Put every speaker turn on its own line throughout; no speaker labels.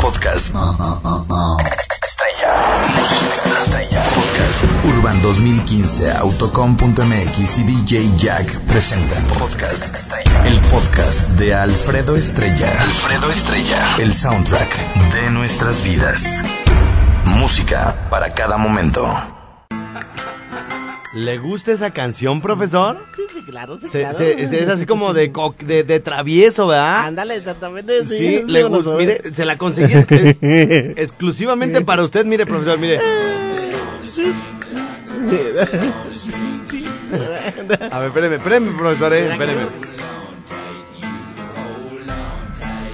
Podcast. Estrella. Música estrella. Podcast. Urban 2015, autocom.mx y DJ Jack presentan. Podcast estrella. El podcast de Alfredo Estrella. Alfredo Estrella. El soundtrack de nuestras vidas. Música para cada momento.
¿Le gusta esa canción, profesor?
Sí, sí, claro, sí,
Se-
claro.
se- es- es así como de, co- de, de travieso, ¿verdad?
Ándale, exactamente. Sí,
Sí,
sí,
le
bueno,
gusta.
¿sabes?
Mire, se la conseguí ex- ex- exclusivamente para usted, mire, profesor, mire. A ver, espéreme, espéreme, profesor, eh, espéreme.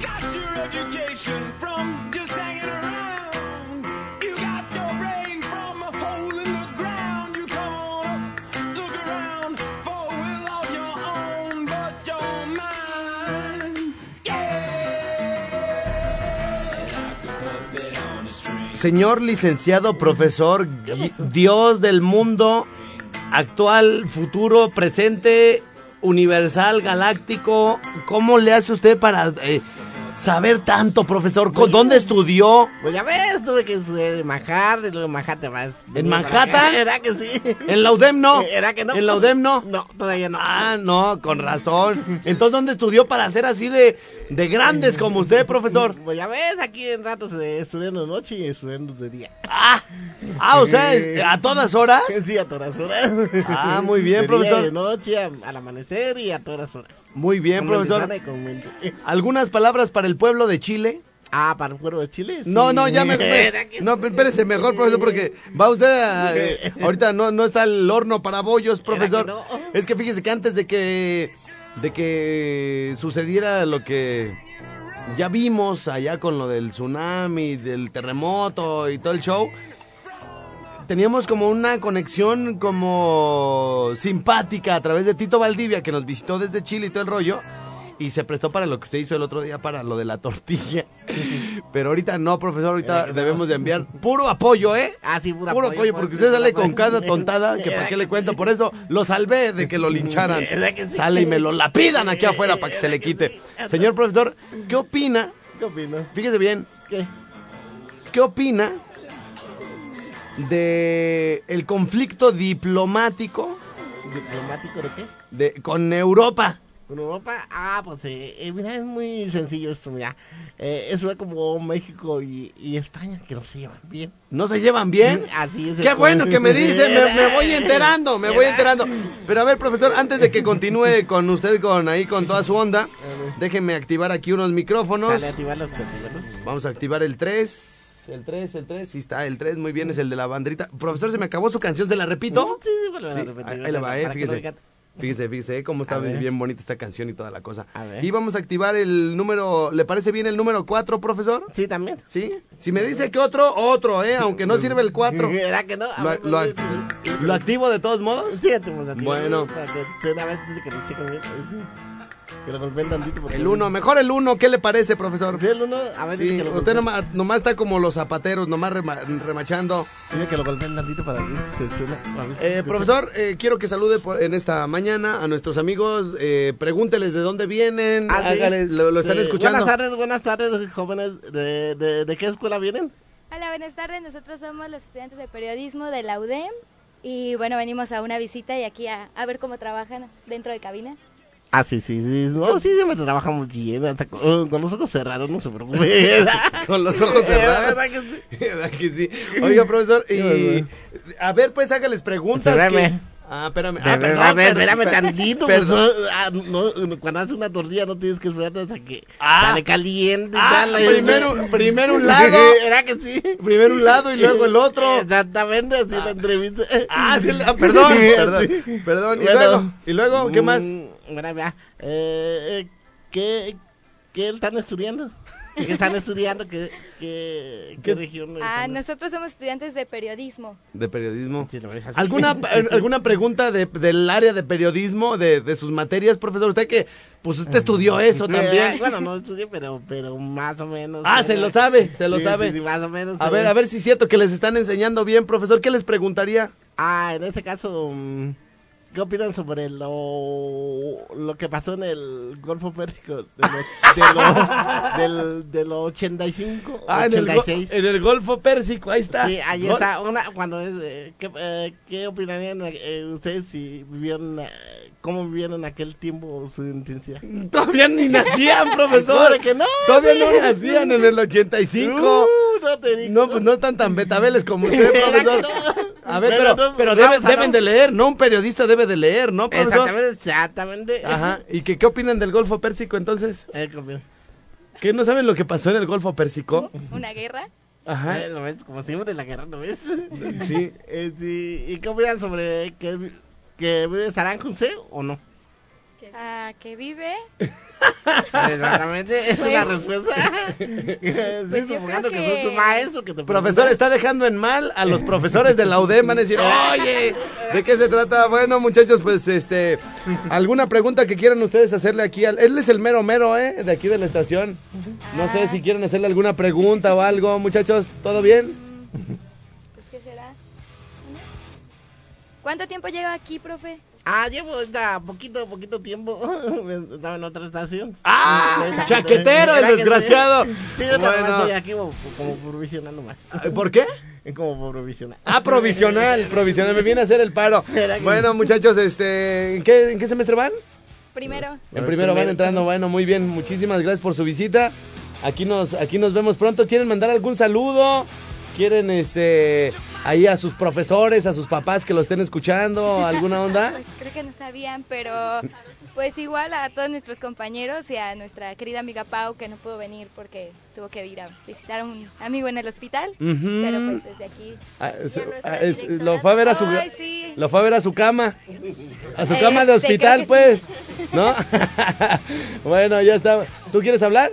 Got your education from just hanging around. You got your brain from a hole in the ground. You come on up, look around for a will of your own, but your mind.
Señor licenciado, profesor, gui- Dios del mundo, actual, futuro, presente, universal, galáctico, ¿cómo le hace usted para eh, saber tanto, profesor? ¿Con- ¿Dónde estudió?
Pues ya ves, tuve que estudiar en Manhattan y luego en Manhattan vas.
¿En Manhattan?
¿Era que sí?
¿En la UDEM no?
Eh, ¿Era que no?
¿En la UDEM no?
No, todavía no.
Ah, no, con razón. Entonces, ¿dónde estudió para ser así de, de grandes como usted, profesor?
Pues ya ves, aquí en ratos eh, estudiando de noche y estudiando de día.
Ah, ah, o sea, es- ¿a todas horas?
Es día a todas horas.
Ah, muy bien,
De día
profesor.
y De noche, a- al amanecer y a todas horas.
Muy bien,
Con
profesor.
manzana y con mente.
¿Algunas palabras para el pueblo de Chile?
Ah, para el juego de Chile. sí.
No, no, ya me.
¿Era que
No, espérese, mejor, profesor, porque va usted a. eh, ahorita no, no está el horno para bollos, profesor.
no?
Es que fíjese que antes de que. de que sucediera lo que. ya vimos allá con lo del tsunami, del terremoto y todo el show. Teníamos como una conexión como simpática a través de Tito Valdivia, que nos visitó desde Chile y todo el rollo. Y se prestó para lo que usted hizo el otro día, para lo de la tortilla. Pero ahorita no, profesor, ahorita debemos de enviar puro apoyo, ¿eh?
Ah, sí, puro
Puro
apoyo,
apoyo,
por-
porque usted sale con cada
por-
tontada, que para qué le cuento. Por eso lo salvé de que lo lincharan.
¿Verdad que sí?
Sale y me lo lapidan aquí afuera para que se le quite. Señor profesor, ¿qué opina?
¿Qué opino?
Fíjese bien,
¿Qué?
¿qué opina de el conflicto diplomático
¿Diplomático de qué?
de, con Europa?
Con Europa, ah, pues eh, eh, mira, es muy sencillo esto, mira. Eh, eso es como México y, y España, que no se llevan bien.
¿No se llevan
Mm.
bien? Ah,
Así es.
Qué
el-
bueno que me dice, me, me voy enterando, me voy enterando. Pero a ver, profesor, antes de que continúe con usted con ahí con toda su onda, déjenme activar aquí unos micrófonos.
Dale, activarlos, activarlos.
Vamos a activar el 3. El 3, el 3, sí está, el 3, muy bien, es el de la bandrita. Profesor, se me acabó su canción, ¿se la repito?
Sí, sí, bueno,
Sí,
de repente,
ahí, ahí la va, eh,
para que no
fíjese.
digan-
Fíjese, fíjese eh, cómo está
A ver.
bien bonita esta canción y toda la cosa.
A ver.
Y vamos a activar el número, ¿le parece bien el número 4, profesor?
Sí, también.
¿Sí? Si me dice que otro, otro, ¿eh? Aunque no sirve el 4.
¿Verdad que no? A
Lo,
ver,
lo
sí,
ac- lo activo de todos modos?
Sí, activamos, activamos,
Bueno.
Para que de una vez antes de que lo chequen bien. pues, sí. Que lo golpeen tantito. porque-
El 1, mejor el 1, ¿qué le parece, profesor?
Sí, el uno, a ver, dice
Sí,
que lo
usted
golpeen.
nomás, nomás está como los zapateros, nomás rema- remachando.
Dice que lo golpeen tantito para ver si se suena. a ver si se
Eh,
escucha.
profesor, eh, quiero que salude por- en esta mañana a nuestros amigos. eh, pregúnteles de dónde vienen.
Ah, sí.
hágales- lo, lo están
Sí.
escuchando.
Buenas tardes, buenas tardes, jóvenes. ¿De, de, de qué escuela vienen?
Hola, buenas tardes. Nosotros somos los estudiantes de periodismo de la UDEM y bueno, venimos a una visita y aquí a, a ver cómo trabajan dentro de cabina.
Ah, sí, sí, sí. No, sí, siempre trabajamos bien. Hasta con, con los ojos cerrados, no se preocupe.
Con los ojos cerrados.
¿Verdad que sí?
¿Verdad que sí? Oiga, profesor, y-
barbaridad.
a ver, pues hágales preguntas. que-
Espérame.
Ah, espérame. Ah,
A ver,
perdón,
a ver,
perdón,
espérame
per-
tantito.
perdón.
pues, ah, no, cuando haces una tortilla no tienes que esperar hasta que
Ah.
sale caliente. y
Ah,
tal,
primero, primero un lado.
¿Verdad que sí?
Primero un lado y luego el otro.
Exactamente, así la entrevista.
Ah, sí, ah, perdón.
Sí.
Perdón. perdón. Y
Bueno.
luego, y luego, ¿qué más?
Mm, Mira, mira. Eh, eh, ¿qué, ¿Qué están estudiando? que están estudiando? ¿Qué, qué, qué región?
Ah,
están?
nosotros somos estudiantes de periodismo.
de periodismo.
Si lo ves así.
¿Alguna, eh, ¿Alguna pregunta de- del área de periodismo, de, de sus materias, profesor? Usted que, pues usted estudió eso
Eh,
también.
Bueno, no estudié, pero, pero más o menos.
Ah, se lo sabe, se lo
Sí,
sabe.
sí, sí, más o menos.
A
se
ver,
ve.
a ver si es cierto que les están enseñando bien, profesor. ¿Qué les preguntaría?
Ah, en ese caso, mm, ¿qué opinan sobre lo, lo que pasó en el Golfo Pérsico? De lo, de lo, del, de lo 85,
Ah, en el, go-
86.
en el Golfo Pérsico, ahí está.
Sí, ahí
Gol-
está. Una, cuando es, eh, ¿qué, eh, qué opinarían eh, ustedes si vivieron, eh, cómo vivieron en aquel tiempo su intensidad?
Todavía ni nacían, profesor.
Claro que no,
Pues Todavía
sí.
no nacían en el 85.
Uh, no te digo.
No, pues no están tan betabeles como usted, profesor. A ver, pero, pero,
Pero no,
debe-
vamos a
deben
no.
de leer, ¿no? Un periodista debe de leer, ¿no, profesor?
Exactamente, exactamente.
Ajá. ¿Y que, qué opinan del Golfo Pérsico entonces?
Eh, como-
¿Que no saben lo que pasó en el Golfo Pérsico?
Una guerra.
Ajá.
Eh, ¿lo ves? Como siempre la guerra, ¿no ves?
Sí.
Eh, sí, ¿Y qué opinan sobre que, vi- que vive San José o no?
Ah, que vive.
Exactamente, esa es la respuesta.
Pues
sí,
yo
supongando que...
creo
fue tu
que-
maestro que te
Profesor,
preguntó.
está dejando en mal a los profesores de la UDEM. Van a decir, oye, ¿de qué se trata? Bueno, muchachos, pues, este, alguna pregunta que quieran ustedes hacerle aquí. Al... Él es el mero mero, ¿eh? De aquí de la estación. No sé si quieren hacerle alguna pregunta o algo. Muchachos, ¿todo bien?
Pues, ¿Qué será? ¿No? ¿Cuánto tiempo lleva aquí, profe?
Ah, llevo ahorita poquito, poquito tiempo. Estaba en otra estación.
¡Ah! ¡Chaquetero, el
Era que
desgraciado!
estoy- Sí, yo también
Bueno.
estoy aquí como, como provisionando más.
¿Por qué?
Es como provisional.
Ah, provisional, provisional, me viene a hacer el paro.
Era que-
Bueno, muchachos, este, ¿en qué, en qué semestre van?
Primero.
En primero van entrando, bueno, muy bien, muchísimas gracias por su visita. Aquí nos, aquí nos vemos pronto. ¿Quieren mandar algún saludo? ¿Quieren este ahí a sus profesores, a sus papás que lo estén escuchando? ¿Alguna onda?
Pues creo que no sabían, pero pues igual a todos nuestros compañeros y a nuestra querida amiga Pau que no pudo venir porque tuvo que ir a visitar a un amigo en el hospital.
Ujú.
Pero pues desde aquí.
Ah, es- ah, es- lo fue a ver a su
Ay, sí.
lo fue a ver a su cama. A su
Eh,
cama de
este,
hospital,
creo que
pues. ¿No? bueno, ya está. ¿Tú quieres hablar?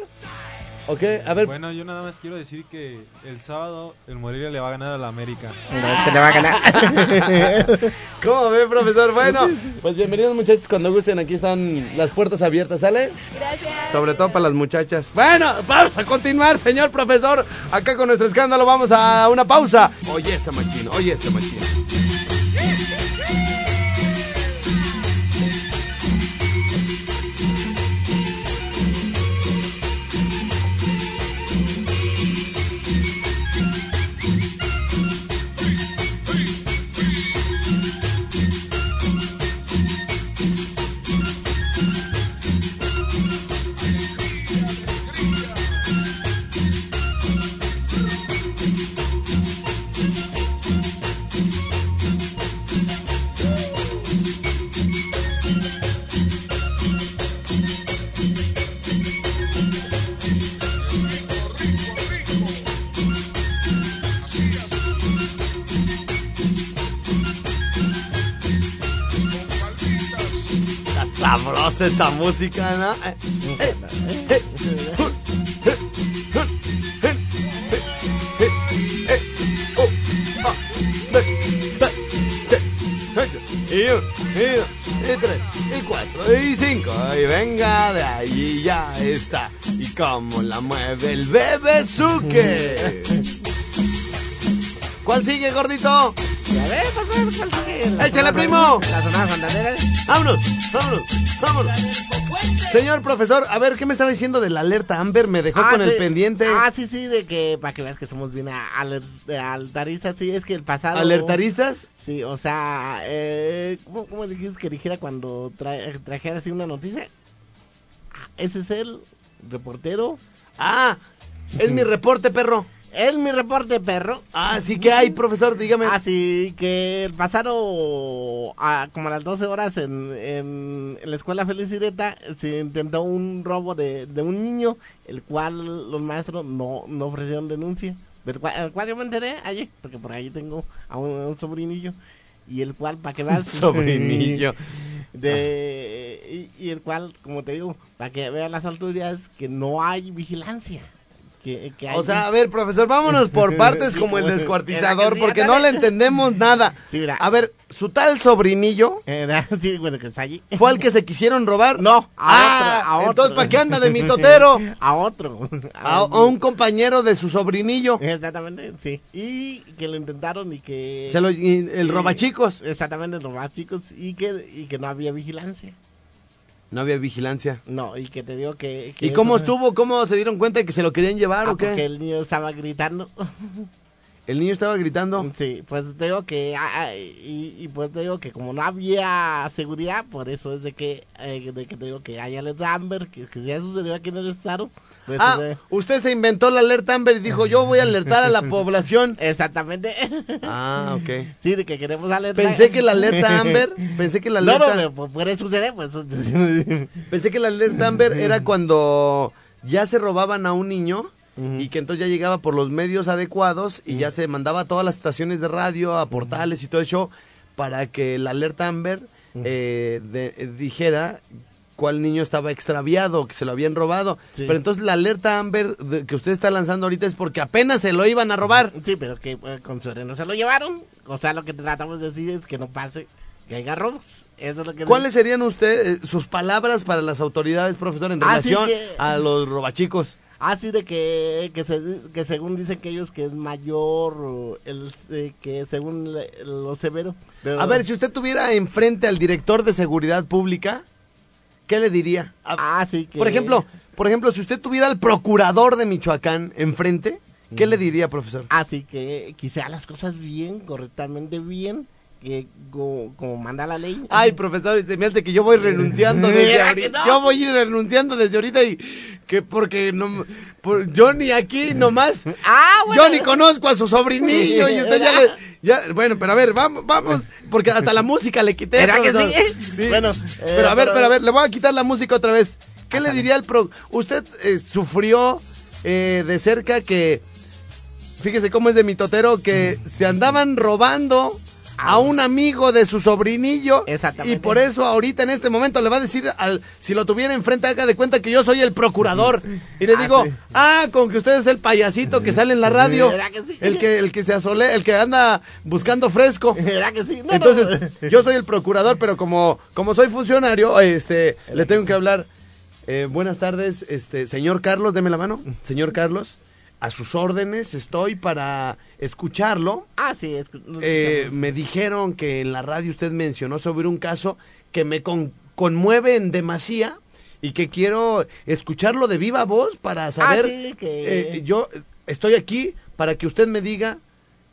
¿Ok? A ver,
Bueno, yo nada más quiero decir que el sábado el Morelia le va a ganar a la América.
Que te va a ganar.
¿Cómo ve, profesor? Bueno, pues bienvenidos muchachos, cuando gusten, aquí están las puertas abiertas, ¿sale?
Gracias.
Sobre todo para las muchachas. Bueno, vamos a continuar, señor profesor. Acá con nuestro escándalo vamos a una pausa. Oye esa machina, oye esa machina. Está sabrosa esta música, ¿no? Eh, eh, eh, eh, eh, eh, eh, oh, ah, ve, ve, ve, ve. Y uno, y dos, y tres, y cuatro, y cinco. Y venga, de allí ya está. Y cómo la mueve el bebé Suke. ¿Cuál sigue, gordito?
A ver, por favor, ¿cuál sigue? La
Échale,
sonora-
primo.
La sonada santanera.
¡Vámonos! ¡Vámonos! ¡Vámonos! Señor profesor, a ver, ¿qué me estaba diciendo de la alerta Amber? Me dejó
Ah,
con el
sí.
pendiente.
Ah, sí, sí, de que para que veas que somos bien a- aler- eh, altaristas, sí, es que el pasado.
¿Alertaristas?
Sí, o sea, eh, ¿cómo, cómo dijiste que dijera cuando tra- trajera así una noticia? Ah, Ese es el reportero.
Ah, es mi reporte, perro.
Es mi reporte, perro.
Ah, sí que hay, profesor, dígame.
Ah, Así que el pasado, ah, como a las 12 horas en, en- en la escuela Felicideta, se intentó un robo de, de un niño, el cual los maestros no, no ofrecieron denuncia. Del cual, al cual yo me enteré ayer, porque por ahí tengo a un, a un sobrinillo. Y el cual, para que veas.
Sobrinillo.
De, y, y el cual, como te digo, para que vean las autoridades que no hay vigilancia. que, que hay.
O sea, a ver, profesor, vámonos por partes como el
¿Verdad
descuartizador,
que sí?
porque no
Ándale.
le entendemos nada.
Sí, mira.
A ver, su tal sobrinillo
Eh, sí, bueno, que está allí.
fue al que se quisieron robar.
No, a
Ah,
otro, a otro.
entonces, ¿para qué anda de mitotero?
A otro.
A, a un compañero de su sobrinillo.
Exactamente, sí. Y que lo intentaron y que...
Se lo, y el robachicos.
Exactamente, robar chicos y que, y que no había vigilancia.
No había vigilancia.
No, y que te digo que... que
¿Y cómo
eso-
estuvo? ¿Cómo se dieron cuenta de que se lo querían llevar
Ah,
o qué?
porque el niño estaba gritando.
El niño estaba gritando.
Sí, pues te digo que... ah, ah, y, y pues te digo que como no había seguridad, por eso es de que, eh, de que te digo que hay alerta Amber, que, que ya sucedió aquí en el estado. pues,
Ah,
eh,
usted se inventó la alerta Amber y dijo, yo voy a alertar a la población.
Exactamente.
Ah, ok.
Sí, de que queremos alerta.
Pensé que la alerta Amber, pensé que la
No, no,
alerta...
pero, pues, puede suceder, pues.
Pensé que la alerta Amber era cuando ya se robaban a un niño y que entonces ya llegaba por los medios adecuados y ya se mandaba a todas las estaciones de radio, a portales y todo el show para que la alerta Amber eh, de- eh, dijera cuál niño estaba extraviado, que se lo habían robado.
Sí.
Pero entonces la alerta Amber de- que usted está lanzando ahorita es porque apenas se lo iban a robar.
Sí, pero que eh, con suerte no se lo llevaron. O sea, lo que tratamos de decir es que no pase, que haya robos. Eso es lo que.
¿Cuáles serían usted eh, sus palabras para las autoridades, profesor, en
Así
relación
que-
a los robachicos?
Así Ah, de que, que, se- que según dicen que ellos que es mayor, o el, eh, que según le- lo severo. pero-
A ver, si usted tuviera enfrente al director de seguridad pública, ¿qué le diría? A-
Ah, sí, que-
Por ejemplo, por ejemplo, si usted tuviera al procurador de Michoacán enfrente, ¿qué le diría, profesor?
Así ah, que quizá las cosas bien, correctamente bien, que go- como manda la ley.
Ay, profesor, se me hace que yo voy renunciando desde
Mira que
ahorita.
no.
Yo voy a ir renunciando desde ahorita y que porque no por- yo ni aquí nomás.
Ah,
Yo ni conozco a su sobrinillo y usted ya, le- ya- bueno, pero a ver, vamos, vamos, porque hasta la música le quité.
¿Verdad que
profesor.
sí? Bueno, eh,
pero a ver,
pero-
pero a ver, le voy a quitar la música otra vez. ¿Qué le diría al pro? Usted eh, sufrió eh, de cerca que, fíjese cómo es de mitotero, que
Mm.
se andaban robando a un amigo de su sobrinillo
Ah. Exactamente.
y por eso ahorita en este momento le va a decir al si lo tuviera enfrente haga de cuenta que yo soy el procurador y le
Ah,
digo
sí.
ah con que usted es el payasito que sale en la radio
¿Verdad que sí?
el que el que se asole el que anda buscando fresco
¿Verdad que sí? No, no.
entonces, yo soy el procurador, pero como, como soy funcionario, este, le tengo que hablar. Eh, buenas tardes, este, señor Carlos, deme la mano. Señor Carlos, a sus órdenes estoy para escucharlo.
Ah, sí, es-
Eh, me dijeron que en la radio usted mencionó sobre un caso que me con- conmueve en demasía y que quiero escucharlo de viva voz para saber.
Ah, sí, que-
eh, yo estoy aquí para que usted me diga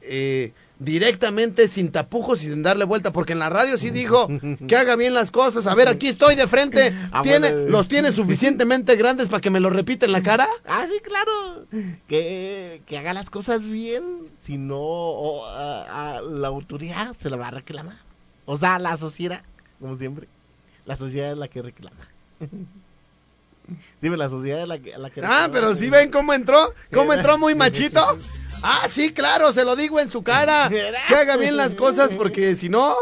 eh, directamente, sin tapujos y sin darle vuelta, porque en la radio sí dijo que haga bien las cosas. A ver, aquí estoy de frente.
Ah,
tiene,
bueno.
¿Los tiene suficientemente grandes para que me lo repita en la cara?
Ah, sí, claro. Que, que haga las cosas bien. Si no, o, a- a la autoridad se la va a reclamar. O sea, la sociedad, como siempre. La sociedad es la que reclama. Dime, la sociedad es la que, la que
Ah,
reclama.
pero si ven cómo entró, cómo entró muy machito. Ah, sí, claro, se lo digo en su cara. Que haga bien las cosas porque si no,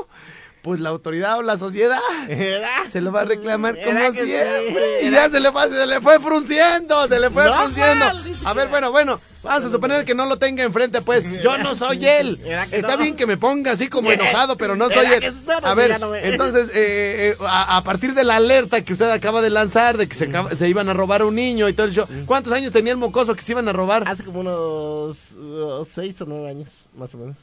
pues la autoridad o la sociedad
Era.
se lo va a reclamar
Era
como
que sí,
siempre. Y
era.
ya se le, fue- se le fue frunciendo, se le fue
No,
frunciendo.
mal, ni siquiera.
A ver, bueno, bueno, vamos a suponer que no lo tenga enfrente, pues. Yo no soy él.
Era que
Está
no.
bien que me ponga así como enojado, pero no soy
Era
él.
que sí, no,
A
no,
ver,
ya no me-
entonces, eh, eh, a, a partir de la alerta que usted acaba de lanzar de que se, acaba- se iban a robar a un niño y todo el show, ¿cuántos años tenía el mocoso que se iban a robar?
Hace como unos uh, seis o nueve años, más o menos.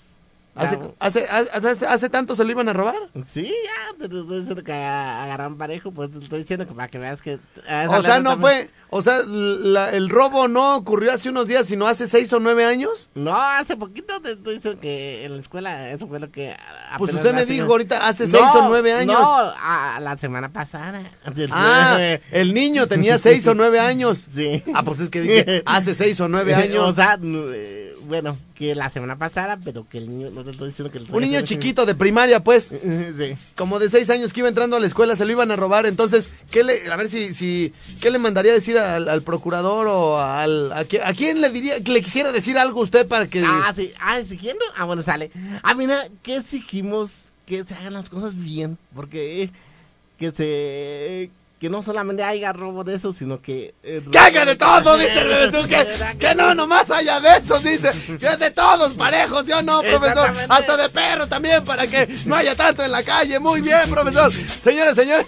¿Hace,
Ya,
hace, hace- hace- hace tanto se lo iban a robar?
Sí, ya, te te estoy diciendo que a- agarran parejo, pues te estoy diciendo que para que veas que... ah, esa
O sea, no
anécdota-
fue, o sea, la- el robo no ocurrió hace unos días, sino hace seis o nueve años.
No, hace poquito te estoy diciendo que en la escuela eso fue lo que... a-
Pues
apenas
usted me
hace-
dijo ahorita hace seis o nueve años.
No, a, la semana pasada.
Ah, el niño tenía seis o nueve años.
Sí.
Ah, pues es que dije, hace seis o nueve años.
O sea, no, eh, bueno, que la semana pasada, pero que el niño... No te estoy diciendo que el
Un niño chiquito de primaria, pues,
sí.
como de seis años que iba entrando a la escuela, se lo iban a robar. Entonces, ¿qué le, a ver si, si, qué le mandaría decir al, al procurador o al, a, qui- a quién le diría, que le quisiera decir algo a usted para que...
Ah, sí. Ah, exigiendo. Ah, bueno, sale. Ah, mira, que exigimos que se hagan las cosas bien. Porque eh, que se que no solamente haya robo de eso, sino que... eh,
¡Que haya de todo! Dice el Bebesú, que, que no, nomás haya de esos, dice. Que es de todos parejos, ¿sí o no, profesor?
Exactamente.
Hasta de perro también, para que no haya tanto en la calle. Muy bien, profesor. Señores, señores,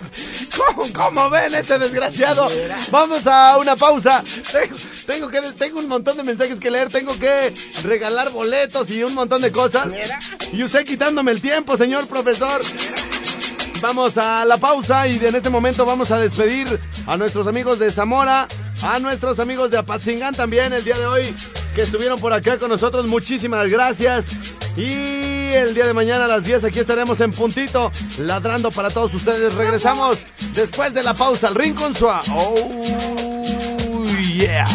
¿cómo, cómo ven este desgraciado? Vamos a una pausa. Tengo, tengo que, tengo un montón de mensajes que leer, tengo que regalar boletos y un montón de cosas. Y usted quitándome el tiempo, señor profesor. Vamos a la pausa y en este momento vamos a despedir a nuestros amigos de Zamora, a nuestros amigos de Apatzingán también el día de hoy que estuvieron por acá con nosotros. Muchísimas gracias. Y el día de mañana a las 10 aquí estaremos en puntito ladrando para todos ustedes. Regresamos después de la pausa al Rincón Sua. Oh yeah.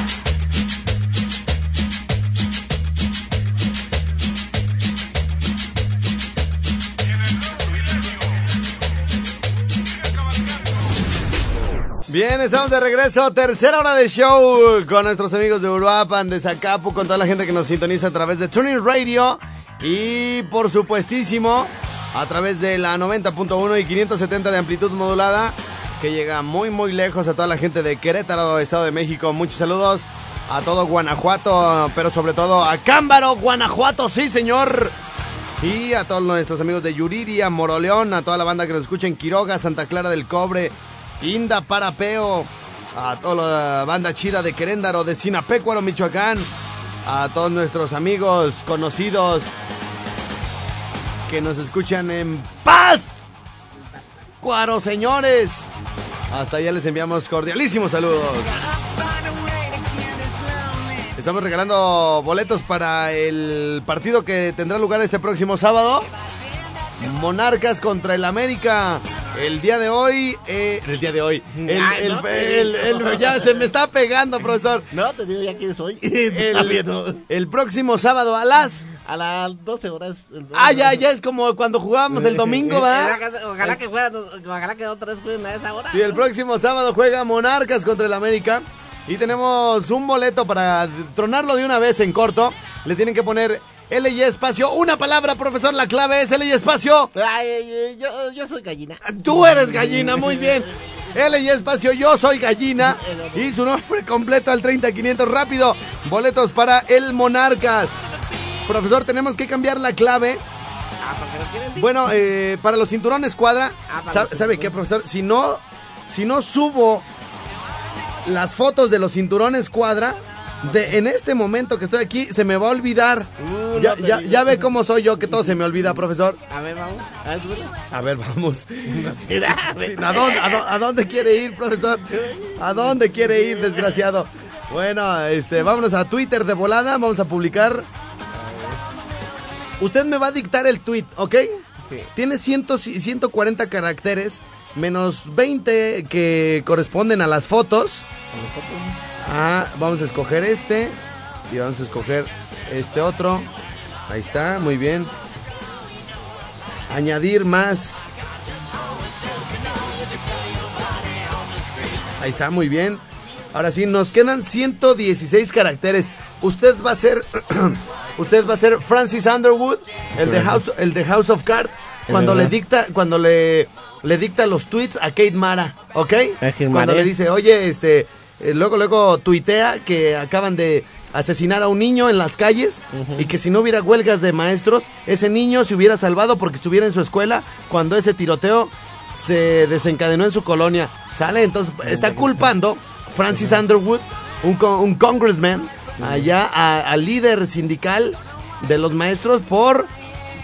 Bien, estamos de regreso, tercera hora de show con nuestros amigos de Uruapan, de Zacapu, con toda la gente que nos sintoniza a través de Tuning Radio y por supuestísimo a través de la 90.1 y 570 de amplitud modulada que llega muy muy lejos a toda la gente de Querétaro, Estado de México. Muchos saludos a todo Guanajuato, pero sobre todo a Cámbaro, Guanajuato, sí señor. Y a todos nuestros amigos de Yuriria, Moroleón, a toda la banda que nos escucha en Quiroga, Santa Clara del Cobre, Inda Parapeo, a toda la banda chida de Queréndaro, de Sinapecuaro, Michoacán, a todos nuestros amigos conocidos que nos escuchan en paz. Cuaro, señores. Hasta allá les enviamos cordialísimos saludos. Estamos regalando boletos para el partido que tendrá lugar este próximo sábado. Monarcas contra el América. El día de hoy, eh, el día de hoy, el,
Mm. Ay,
el-
no te
el-
digo.
el- ya se me está pegando, profesor.
No, te digo ya quién soy. Está viendo.
El, el próximo sábado a las...
A las 12 horas. Eh,
Ah, ya, ya es como cuando jugábamos el domingo, ¿va?
Ojalá- Ojalá que jueguen, ojalá que otra vez jueguen a esa hora.
Sí, el próximo sábado juega Monarcas contra el América. Y tenemos un boleto para tronarlo de una vez en corto. Le tienen que poner L y espacio. Una palabra, profesor. La clave es L y espacio.
Ay, ay, yo, yo soy gallina. Ah,
Tú eres gallina, muy bien. L y espacio, yo soy gallina. Y su nombre completo al 30500. Rápido, boletos para el Monarcas. Profesor, tenemos que cambiar la clave.
Ah, porque no quieren decir.
Bueno, eh, para los cinturones cuadra,
Ah,
¿sabe,
para los
sabe
cinturones.
qué, profesor? Si no, si no subo las fotos de los cinturones cuadra, de, en este momento que estoy aquí, se me va a olvidar.
Uh,
ya,
no te
ya-
digo.
ya ve cómo soy yo, que todo se me olvida, profesor.
A ver, vamos. A ver, súbele.
A ver, vamos.
A ver.
Sí, ¿A dónde, a, dó- a dónde quiere ir, profesor? ¿A dónde quiere ir, desgraciado? Bueno, este, vámonos a Twitter de volada, vamos a publicar. Usted me va a dictar el tweet, ¿ok?
Sí.
Tiene 100 140 caracteres, menos 20 que corresponden a las fotos. Ah, vamos a escoger este y vamos a escoger este otro. Ahí está, muy bien. Añadir más. Ahí está, muy bien. Ahora sí, nos quedan 116 caracteres. Usted va a ser. usted va a ser Francis Underwood, el de House, el de House of Cards, cuando le dicta, cuando le, le dicta los tweets a Kate Mara, ¿ok?
A Kate
Cuando
Mara.
le dice, oye, este, eh, luego, luego tuitea que acaban de asesinar a un niño en las calles y que si no hubiera huelgas de maestros, ese niño se hubiera salvado porque estuviera en su escuela cuando ese tiroteo se desencadenó en su colonia. ¿Sale? Entonces está culpando Francis Underwood, un, co- un congressman, allá a- al líder sindical de los maestros por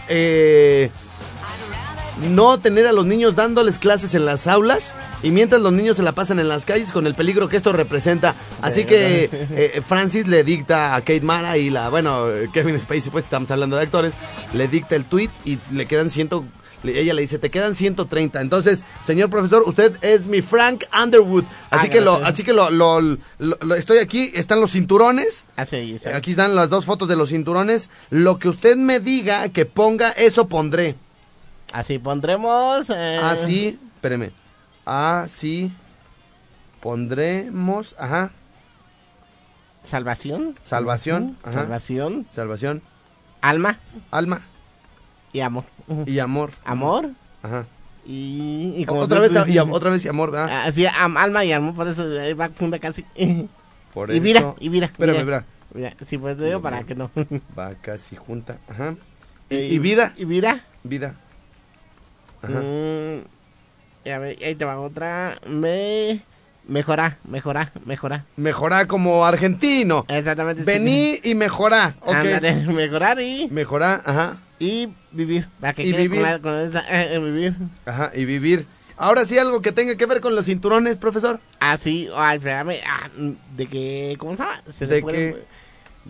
eh, no tener a los niños dándoles clases en las aulas y mientras los niños se la pasan en las calles con el peligro que esto representa. Así que eh, Francis le dicta a Kate Mara y la, bueno, Kevin Spacey, pues estamos hablando de actores, le dicta el tweet y le quedan ciento... le- Ella le dice, te quedan 130. Entonces, señor profesor, usted es mi Frank Underwood. Así
Ah,
que lo,
gracias.
así que lo, lo- lo- lo- estoy aquí, están los cinturones.
Así, ahí,
Eh, Aquí están las dos fotos de los cinturones. Lo que usted me diga que ponga, eso pondré.
así pondremos. eh,
Así, Ah, espéreme. Así pondremos, ajá,
Salvación.
Salvación,
Ujú,
ajá.
Salvación.
salvación,
Alma
alma
y amor. Ujú.
y amor.
Amor
Ajá.
Y, y como
Otra
tú-
vez,
tú-
y, am- otra vez y amor, ¿verdad?
Así, am- alma y amor, por eso ahí va funda casi.
Por
Ah, y mira,
eso-
y mira.
Espérame,
mira,
espera.
mira. Sí, pues te digo para que no.
Va casi junta. Ajá. Y, y vida,
Y vida.
vida. Ajá.
Mm, y a ver, ahí te va otra. Me. Mejorá, mejorá, mejorá.
Mejorar como argentino.
Exactamente. Ah, sí.
Vení y mejorá. Ok.
Ándale, mejorar y,
Mejorar, ajá.
y vivir. Para que
Y
quede
vivir.
Con la- con esa, eh, eh, vivir.
Ajá, y vivir. Ahora sí, algo que tenga que ver con los cinturones, profesor.
Así, ay, espérame. ah, mm, de que. ¿Cómo se llama? Se le
De
pueden-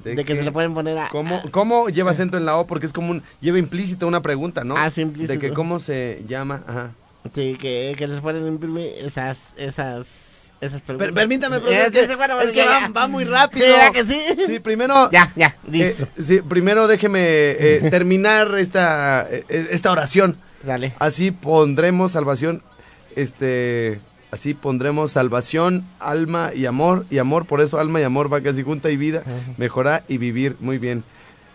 que-
de que se le pueden poner a.
¿Cómo, ¿Cómo lleva acento en la O? Porque es como un. Lleva implícita una pregunta, ¿no?
Ah, sí, implícito.
De que cómo se llama. Ajá.
ah, Sí, que, que les pueden imprimir esas, esas, esas preguntas.
Per- permítame, profesor,
Es que, se fueron,
es que
ya,
va,
ya.
va muy rápido.
Sí, ¿verdad que sí?
Sí, primero.
Ya, ya,
eh,
listo.
sí, primero déjeme eh, terminar esta, eh, esta oración.
Dale.
Así pondremos salvación, este, así pondremos salvación, alma y amor, y amor, por eso alma y amor va casi junta y vida, mejorar y vivir, muy bien.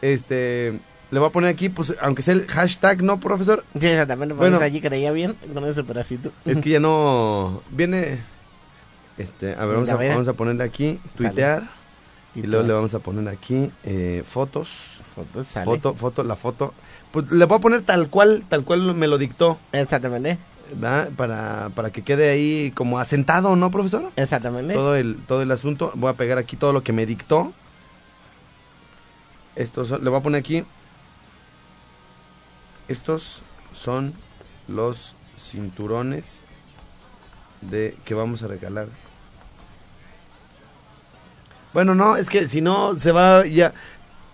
Este, le voy a poner aquí, pues, aunque sea el hashtag, ¿no, profesor?
Sí, exactamente, por
Bueno.
eso allí creía bien con ese pedacito.
Es que ya no, viene, este, a ver, vamos
La
a,
vera.
vamos a ponerle aquí, tuitear, y luego le vamos a poner aquí, eh, fotos,
Foto, sale.
foto, foto, la foto. Pues le voy a poner tal cual, tal cual me lo dictó.
Exactamente,
¿verdad? Para, para que quede ahí como asentado, ¿no, profesor?
exactamente.
Todo el, todo el asunto. Voy a pegar aquí todo lo que me dictó. Estos son- le voy a poner aquí. Estos son los cinturones de que vamos a regalar. Bueno, no, es que si no se va ya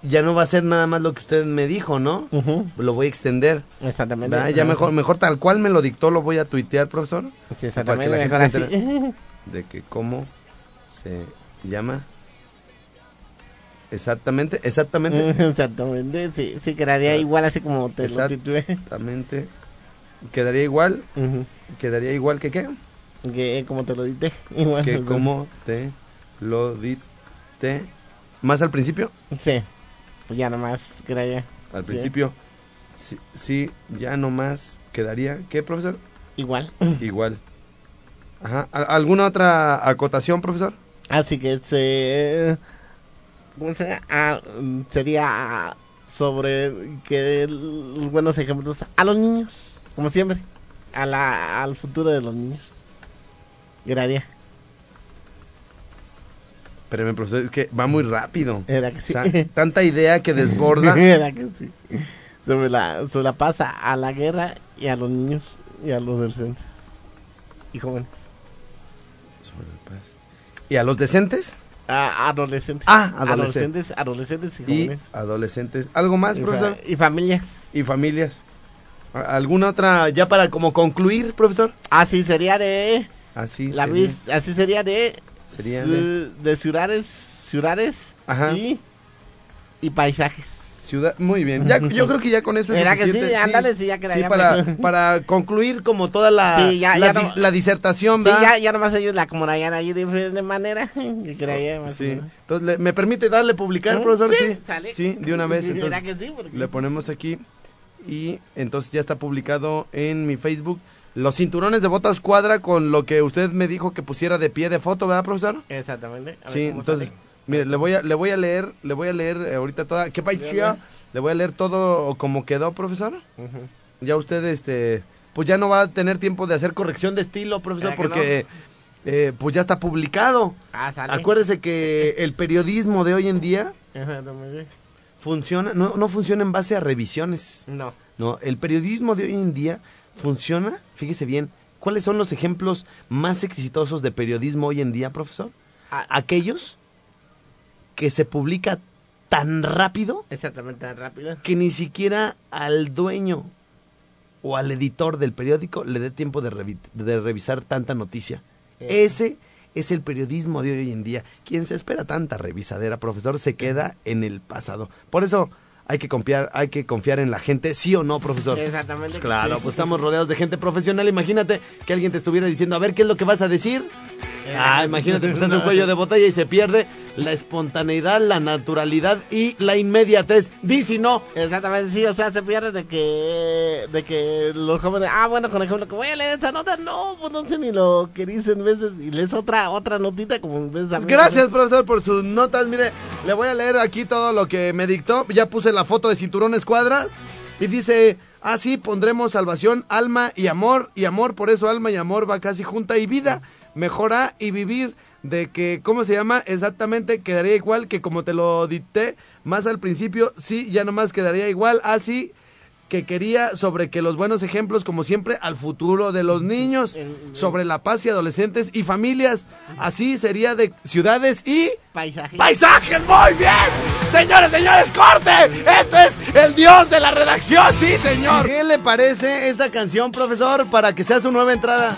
ya no va a ser nada más lo que usted me dijo, ¿no?
Ujú,
Lo voy a extender.
Exactamente.
¿Verdad? Ah, Ya mejor, mejor tal cual me lo dictó, lo voy a tuitear, profesor,
Sí,
para que
exactamente,
la
mejor
gente se
así.
de que cómo se llama. Exactamente, exactamente,
exactamente, sí, sí, quedaría
Exacto.
igual así como te lo
Exacto.
titulé.
exactamente. Quedaría igual,
Ujú,
quedaría igual que qué,
Que como te lo dije. Igual.
que cómo te lo dicté. Más al principio,
Sí. Ya nomás, creía.
al
Sí.
principio, sí, sí, ya nomás quedaría, ¿qué, profesor?
Igual.
Igual. Ajá. ¿al- ¿Alguna otra acotación, profesor?
Así que se. ¿Cómo se llama? Ah, mm, sería ah, sobre que el- los buenos ejemplos a los niños, como siempre, a la, al futuro de los niños. Gracias.
Espérame, profesor, es que va muy rápido.
Era que
O
Eh, sí.
sea, tanta idea que desborda.
Era que sí. Sobre la, sobre la pasa a la guerra y a los niños y a los adolescentes y jóvenes.
Y a los decentes
A, adolescentes.
Ah, adolescentes.
adolescentes. Adolescentes y
y
jóvenes.
adolescentes. ¿Algo más,
Y fa-
profesor?
y familias.
Y familias. ¿A- ¿Alguna otra ya para como concluir, profesor?
Así sería de
Así
la
sería.
vis- así sería de
Sería
ci- de... ciudades, ciudades
Ajá.
y y paisajes.
Ciudad, muy bien. Ya, yo creo que ya con eso es
¿Verdad que sí?
suficiente.
Ándale, sí, ya quedaría
para,
mejor.
para concluir como toda la,
Sí, ya-
la,
ya no-
dis- la disertación,
Sí,
¿verdad?
ya, ya nomás ellos la acomodarían ahí de diferente manera. que creía más o
Oh, Sí.
menos.
Entonces, ¿le- ¿me permite darle publicar,
¿Eh?
profesor?
Sí,
Sí,
sale.
Sí, de una vez. entonces.
¿Verdad que sí? Porque-
Le ponemos aquí y entonces ya está publicado en mi Facebook los cinturones de botas cuadra con lo que usted me dijo que pusiera de pie de foto, ¿verdad, profesor?
Exactamente. A ver
Sí,
cómo
entonces,
sale.
mire, le voy a le voy a leer, le voy a leer eh, ahorita toda, qué pachía, le voy a leer todo como quedó, profesor. Ya usted este pues ya no va a tener tiempo de hacer corrección de estilo, profesor,
¿Verdad
porque
que
eh, pues ya está publicado.
Ah, sale.
Acuérdese que el periodismo de hoy en día
Exactamente.
funciona no no funciona en base a revisiones.
No.
¿no? El periodismo de hoy en día funciona, fíjese bien, ¿cuáles son los ejemplos más exitosos de periodismo hoy en día, profesor?
Ah,
Aquellos que se publica tan rápido
exactamente tan rápido.
que ni siquiera al dueño o al editor del periódico le dé tiempo de, revi- de revisar tanta noticia. Ese es el periodismo de hoy en día. Quien se espera tanta revisadera, profesor, se queda en el pasado. Por eso hay que confiar, hay que confiar en la gente, sí o no, profesor.
Exactamente.
Pues claro, pues estamos rodeados de gente profesional. Imagínate que alguien te estuviera diciendo, a ver, ¿qué es lo que vas a decir? Ah, imagínate, pues hace un cuello de botella y se pierde la espontaneidad, la naturalidad y la inmediatez. Di si no.
Exactamente, sí, o sea, se pierde de que, de que los jóvenes, ah, bueno, con ejemplo, que voy a leer esta nota, no, pues no sé ni lo que dicen veces, y lees otra, otra notita como en vez de...
Pues Gracias, profesor, por sus notas. Mire, le voy a leer aquí todo lo que me dictó. Ya puse la foto de Cinturón Escuadra y dice, así pondremos salvación, alma y amor, y amor, por eso alma y amor va casi junta y vida, mejora y vivir de que, ¿cómo se llama? Exactamente, quedaría igual que como te lo dicté más al principio, sí, ya nomás quedaría igual, así que quería sobre que los buenos ejemplos, como siempre, al futuro de los niños, sobre la paz y adolescentes y familias, así sería de ciudades y...
Paisaje.
¡Paisajes! ¡Muy bien! ¡Señores, señores, corte! ¡Esto es el dios de la redacción! ¡Sí, señor! ¿Qué le parece esta canción, profesor, para que sea su nueva entrada?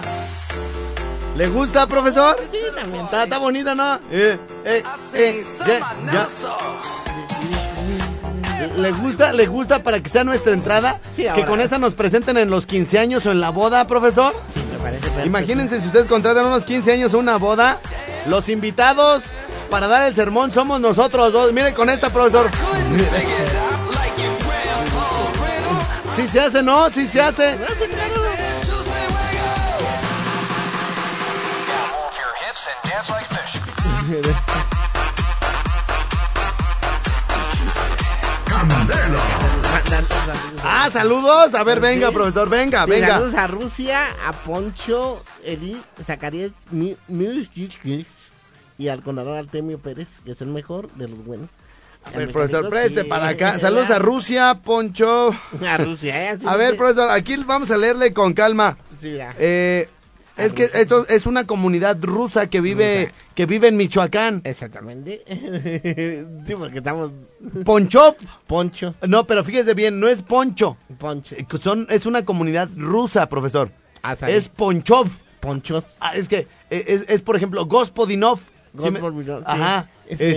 ¿Le gusta, profesor?
Sí, también.
Está, está bonita, ¿no? Eh, eh, eh, ya, ya. ¿Le gusta, ¿Le gusta para que sea nuestra entrada?
Sí,
que
ahora.
con esa nos presenten en los 15 años o en la boda, profesor.
Sí, me parece perfecto.
Imagínense si ustedes contratan unos 15 años o una boda, los invitados para dar el sermón somos nosotros dos. Miren con esta, profesor. Sí se hace, ¿no? Sí se hace.
Candela,
Mandan los saludos.
Ah, saludos. A ver, venga,
Sí.
profesor, venga,
Sí,
Ah, venga.
Saludos a Rusia, a Poncho, Eli, Zacarías, Mi- Miroshkiewicz y al contador Artemio Pérez, que es el mejor de los buenos.
A
Al
ver, profesor,
mecánico,
preste
sí.
para acá. Saludos a Rusia, Poncho.
A Rusia, eh, así
A ver,
dice.
profesor, aquí vamos a leerle con calma.
Sí, mira.
Eh, es que esto es una comunidad rusa que vive, que vive en Michoacán.
Exactamente. sí, porque estamos.
Ponchop.
Poncho,
No, pero fíjese bien, no es Poncho.
Poncho.
Eh, Son, es una comunidad rusa, profesor.
Ah, está
Es
bien.
Ponchov.
Ponchos.
Ah, es que eh, es, es, por ejemplo, Gospodinov. ¿Sí me-
Gospodinov, sí.
Ajá.
Este-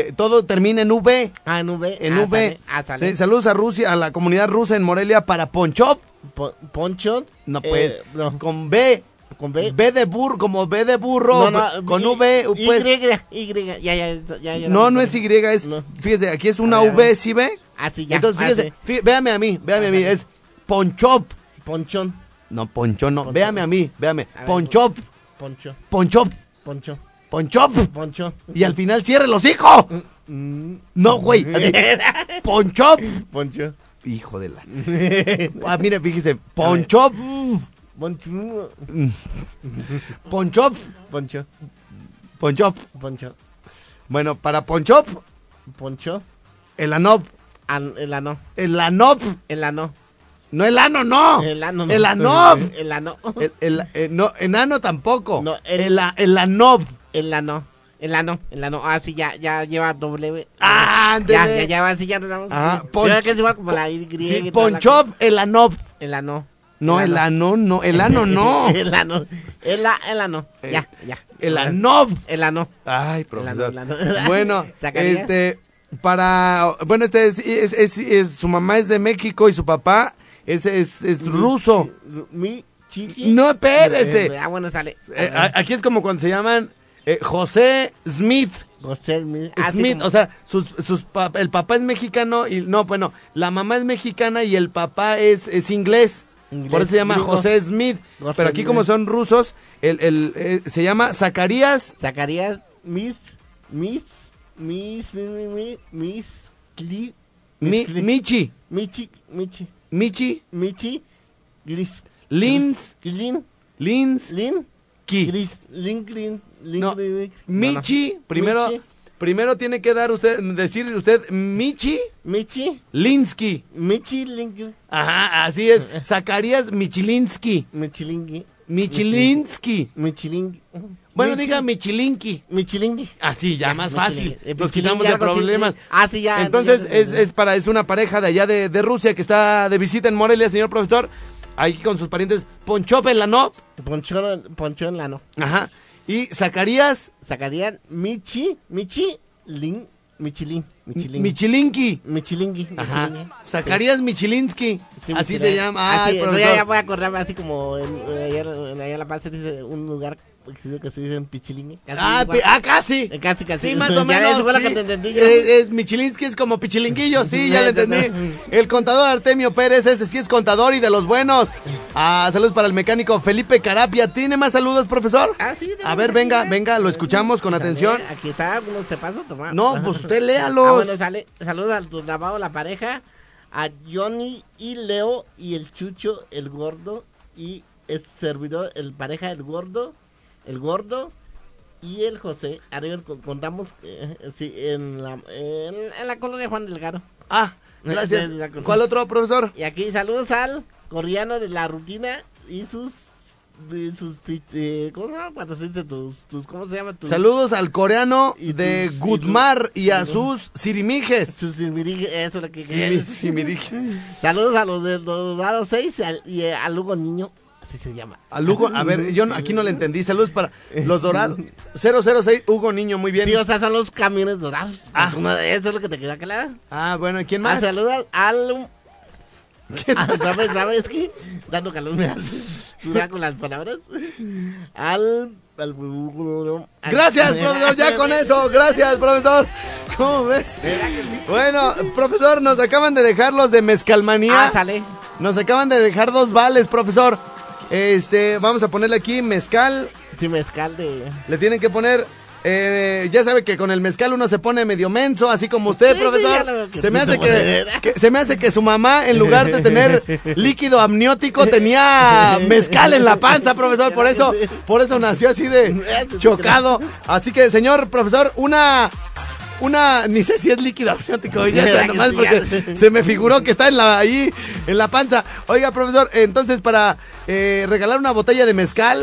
Este, todo termina en V.
Ah, en V.
En
ah,
V.
sale, Ah, sale.
Sí, saludos a Rusia, a la comunidad rusa en Morelia para Ponchov.
Po- Ponchos.
No,
eh,
pues,
no, con,
con B.
B.
B de burro, como B de burro,
No, no,
con
y-
V, pues.
Y, Y, ya, ya, ya, ya.
No, no es Y, es.
No.
Fíjese, aquí es una
A ver, a
V,
ver.
¿sí ve?
Ah, sí, ya,
Entonces,
ah,
fíjese, fí- véame a mí, véame a mí,
Ajá.
es Ponchop.
Ponchón.
No, Poncho, no,
Poncho.
véame a mí, véame.
A ver,
Ponchop,
Poncho,
Ponchop,
Poncho,
Ponchop.
Poncho.
Y al final cierre los hijos.
Mm,
No, güey, así. Ponchop.
Poncho.
Hijo de la. Ah, mire, fíjese, Ponchop,
Poncho.
Ponchop,
Poncho.
Ponchop.
Poncho.
Bueno, para Ponchop,
Poncho.
el anop,
An- el ano.
el anop.
El ano.
No el ano, no.
El ano.
El anop.
El ano.
El, el- eh, no, enano tampoco.
No,
el,
el-
a- el anob.
El ano. El ano. El ano. Ah, sí, ya, ya lleva W.
Ah,
Ya,
ándele.
ya, ya, va, sí, ya nos damos.
Ajá,
Yo
Ah, Ponch-
creo Ah, que es igual como la Y.
Sí,
y toda la
Ponchop,
cosa.
el anob.
El ano.
No, el ano, no. El ano, no.
El ano. El, a- el ano. Ya, ya.
El anob.
El ano.
Ay, profesor.
profesor. El ano, el ano.
Bueno,
¿Zacarías?
este, para, bueno, este es, es- es- es- su mamá es de México y su papá es, es, es ruso.
Mi chiqui.
No, espérese.
Eh, Ah, bueno, sale.
Eh, a- aquí es como cuando se llaman eh, José Smith.
José Smith. Ah, sí,
Smith,
como-
o sea, sus, sus pa- el papá es mexicano y no, bueno, la mamá es mexicana y el papá es, es inglés.
Inglés,
Por eso se llama
gringo.
José Smith.
José
Pero aquí como
Smith.
son rusos, el, el, eh, se llama Zacarías.
Zacarías Miss. Miss. Miss. Miss. Miss. Miss. Cli.
Mi-
Cli-
Michi,
Michi. Michi.
Michi,
Michi. Gris.
Lins,
Lin.
Linsky.
Lin. Gris. Lin. Green. Lin.
No,
green, green.
Michi,
No, no.
primero,
Michi,
primero tiene que dar usted, decir usted Michi
Michi.
Linsky.
Michi. Lin.
Ajá, así es. Zacarías Michilinsky.
Michilingui.
Michilinsky.
Michilingui.
Bueno,
Michi-
diga Michilinki.
Michilingui.
Así, ya, más
no sé,
fácil.
eh,
Nos
pues sí,
quitamos
ya
de
algo así,
problemas.
sí. Ah, sí, ya.
Entonces,
ya, ya, ya.
es, es para, es una pareja de allá de, de Rusia que está de visita en Morelia, señor profesor. Ahí con sus parientes Ponchop en la no.
Poncho, Poncho en la ah, no.
Ajá. Y Zacarías
Sacarían Michi, Michi, Lin, Michilin, Michilin.
Michilinki.
Michilingui.
Ajá.
Michilingui.
Zacarías Michilinsky.
Sí,
Así
Michilingui.
se llama. Ah, Ay,
Así, no, ya, ya
profesor.
voy a acordarme así como en, en allá, en allá en La Paz se dice un lugar ejercicio que se dice en pichilingue. Casi
Ah,
igual.
pi- ah, casi.
Eh, casi, casi.
Sí, más o
Ya,
menos.
Eso fue lo
sí.
que te entendí yo.
Es, es Michilinsky es como Pichilinguillo, sí, ya le entendí. El contador Artemio Pérez, ese sí es contador y de los buenos. Ah, saludos para el mecánico Felipe Carapia. ¿Tiene más saludos, profesor?
Ah, sí, de
A ver,
verdad,
venga,
sí,
venga, lo escuchamos con
Pues, a
atención.
ver, Aquí está, no te paso, toma.
No, pues usted léalos.
Ah, bueno, sale. Saludos a tu lavado la pareja, a Johnny y Leo y el Chucho, el gordo y el servidor, el pareja, el gordo, el gordo y el José. Arriba co- contamos eh, sí, en, la, en, en la colonia Juan Delgado.
Ah, gracias. ¿Cuál otro, profesor?
Y aquí saludos al coreano de la rutina y sus... y sus pi- eh, ¿Cómo se llama? Cuando se dice tus, tus- ¿Cómo se llama? Tus-
Saludos al coreano
Y
de
tus-
Gutmar y a
y tus-
sus sirimijes.
Sus simirig- eso es lo que quería
Simi-
decir.
Sirimijes.
Saludos a los de Dorado 6 y al, y eh, a Lugo Niño, así se llama.
A Lugo, a ver, yo no- aquí no le entendí. Saludos para los dorados. 006, Hugo Niño, muy bien.
Sí, o sea, son los camiones dorados.
Ah.
Uno de- eso es lo que te quería aclarar.
Ah, bueno, ¿quién
Ah,
más?
saludos al... al ¿sabes, ¿Sabes qué? Dando calor me hace sudar con las palabras. Al... Ah, al- al-
Gracias, profesor, ya con eso. Gracias, profesor. ¿Cómo ves? Bueno, profesor, nos acaban de dejar los de
Ah,
Mezcalmanía.
sale.
Nos acaban de dejar dos vales, profesor. Este, vamos a ponerle aquí mezcal.
Sí, mezcal de...
Le tienen que poner. eh, ya sabe que con el mezcal uno se pone medio menso, así como usted,
Sí, sí, ya lo
profesor.
veo que
Se me hace
puso
que,
monedera.
que- se me hace que su mamá, en lugar de tener líquido amniótico, tenía mezcal en la panza, profesor. Por eso, por eso nació así de chocado. Así que, señor profesor, una una ni sé si es líquido amniótico ya sé, nomás porque se me figuró que está en la ahí en la panza oiga profesor entonces para eh, regalar una botella de mezcal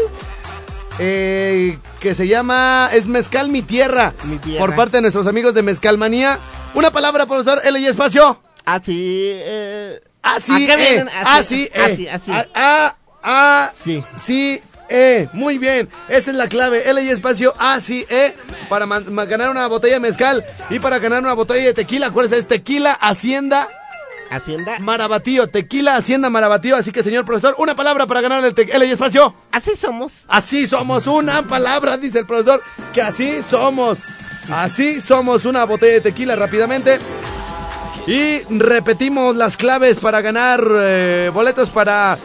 eh, que se llama es mezcal mi tierra,
Mi Tierra.
por parte de nuestros amigos de mezcalmanía una palabra profesor L y espacio
Así... Eh,
así E.
¿a qué vienen?
así así
Así, así.
a a
Sí.
sí eh, muy bien, esa es la clave. L y espacio A, sí, E, para man- ma- ganar una botella de mezcal y para ganar una botella de tequila. Acuérdense, es tequila Hacienda
Hacienda...
Marabatío. Tequila Hacienda Marabatío. Así que, señor profesor, una palabra para ganar el te- L y espacio.
Así somos.
Así somos una palabra, dice el profesor, que así somos. Así somos una botella de tequila rápidamente. Y repetimos las claves para ganar eh, boletos para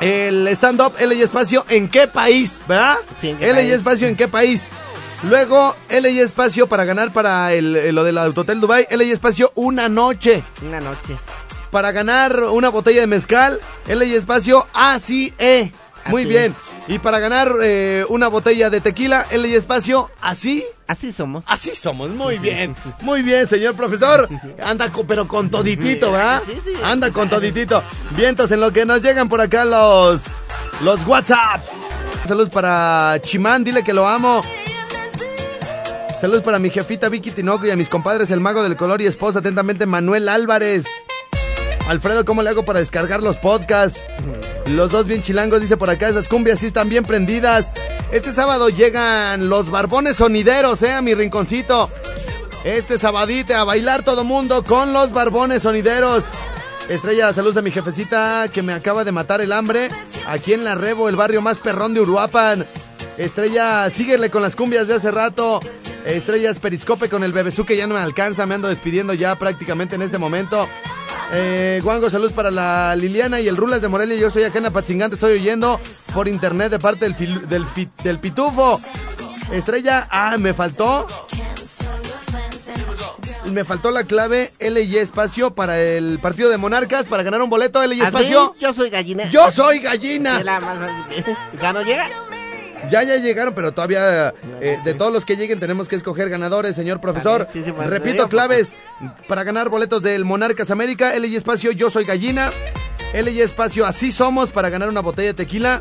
el stand-up L y Espacio en qué país, ¿verdad?
Sí, ¿en qué
L y
país?
Espacio en qué país. Luego L y Espacio para ganar para el, eh, lo del Autotel Dubai. L y Espacio una noche
Una noche.
para ganar una botella de mezcal, L y espacio A, sí, E. Muy
Así.
bien. Y para ganar eh, una botella de tequila, L y espacio así.
Así somos.
Así somos, muy bien. Muy bien, señor profesor. Anda, co- pero con toditito, ¿verdad?
Sí, sí.
Anda con toditito. Vientos en lo que nos llegan por acá los, los WhatsApp. Saludos para Chimán, dile que lo amo. Saludos para mi jefita Vicky Tinoco y a mis compadres El Mago del Color y esposa atentamente Manuel Álvarez. Alfredo, ¿cómo le hago para descargar los podcasts? Los dos bien chilangos, dice por acá, esas cumbias sí están bien prendidas. Este sábado llegan los barbones sonideros, eh, a mi rinconcito. Este sabadite a bailar todo mundo con los barbones sonideros. Estrella, saludos a mi jefecita que me acaba de matar el hambre. Aquí en La Rebo, el barrio más perrón de Uruapan. Estrella, síguele con las cumbias de hace rato. Estrellas, periscope con el bebesú que ya no me alcanza. Me ando despidiendo ya prácticamente en este momento. Eh, Guango, salud para la Liliana y el Rulas de Morelia. Yo estoy acá en Apatzingán, te estoy oyendo por internet de parte del, fil- del, fi- del Pitufo. Estrella, ah, me faltó. Me faltó la clave L y E, espacio para el partido de Monarcas para ganar un boleto L y E,
Así,
espacio.
yo soy gallina.
Yo soy
Soy
gallina.
la más- más- ¿Gano llega?
Ya ya llegaron, pero todavía eh, de todos los que lleguen tenemos que escoger ganadores, señor profesor.
Sí, sí, pues, te
Repito
digo,
claves para ganar boletos del Monarcas América L y espacio Yo soy gallina. L y espacio Así somos para ganar una botella de tequila.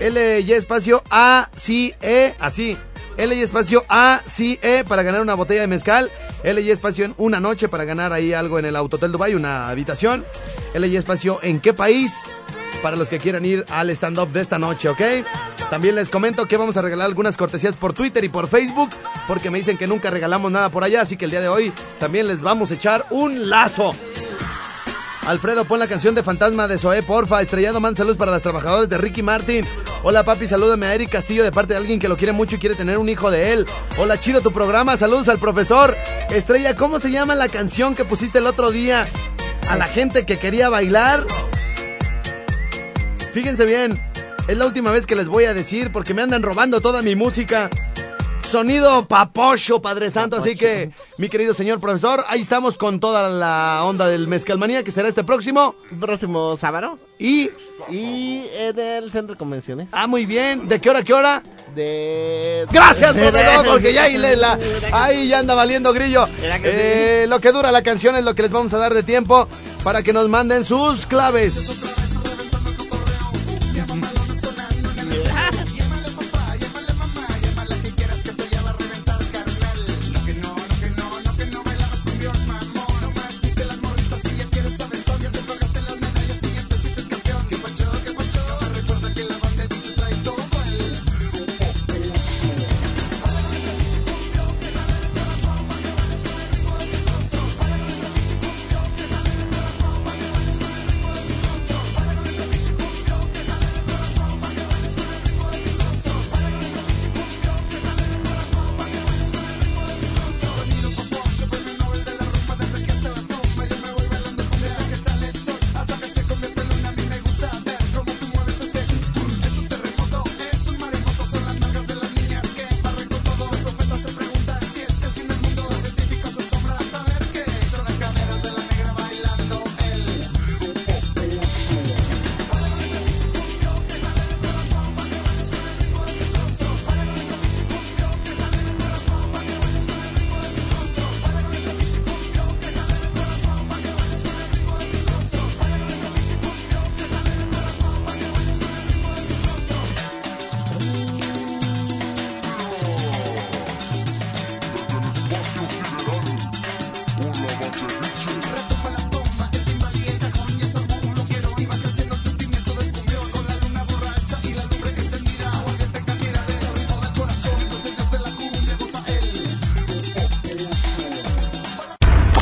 L y espacio A sí E así. L y espacio A sí E para ganar una botella de mezcal. L y espacio en una noche para ganar ahí algo en el Autotel Dubai, una habitación. L y espacio en qué país para los que quieran ir al stand up de esta noche, ¿ok? También les comento que vamos a regalar algunas cortesías por Twitter y por Facebook porque me dicen que nunca regalamos nada por allá, así que el día de hoy también les vamos a echar un lazo. Alfredo, pon la canción de Fantasma de Zoé, porfa. Estrellado, man, saludos para las trabajadoras de Ricky Martin. Hola papi, salúdame a Eric Castillo de parte de alguien que lo quiere mucho y quiere tener un hijo de él. Hola chido tu programa, saludos al profesor. Estrella, ¿cómo se llama la canción que pusiste el otro día? A la gente que quería bailar. Fíjense bien, es la última vez que les voy a decir porque me andan robando toda mi música. Sonido papocho, Padre Santo. Así que, mi querido señor profesor, ahí estamos con toda la onda del Mezcalmanía que será este próximo.
Próximo sábado.
Y,
Y en el centro de convenciones.
ah, muy bien, ¿de qué hora, a qué hora?
De.
Gracias,
de-
proveedor, porque ya ahí, le- la- ahí ya anda valiendo grillo.
Mira que
Eh, lo que dura la canción es lo que les vamos a dar de tiempo para que nos manden sus claves.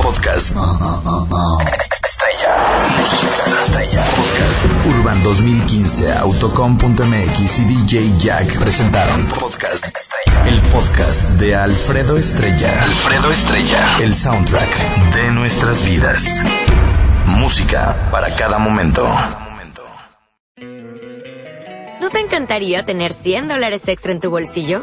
Podcast. ah, Estrella. Música estrella. Podcast. Urban 2015, autocom.mx y DJ Jack presentaron. Podcast estrella. El podcast de Alfredo Estrella. Alfredo Estrella. El soundtrack de nuestras vidas. Música para cada momento.
¿No te encantaría tener 100 dólares extra en tu bolsillo?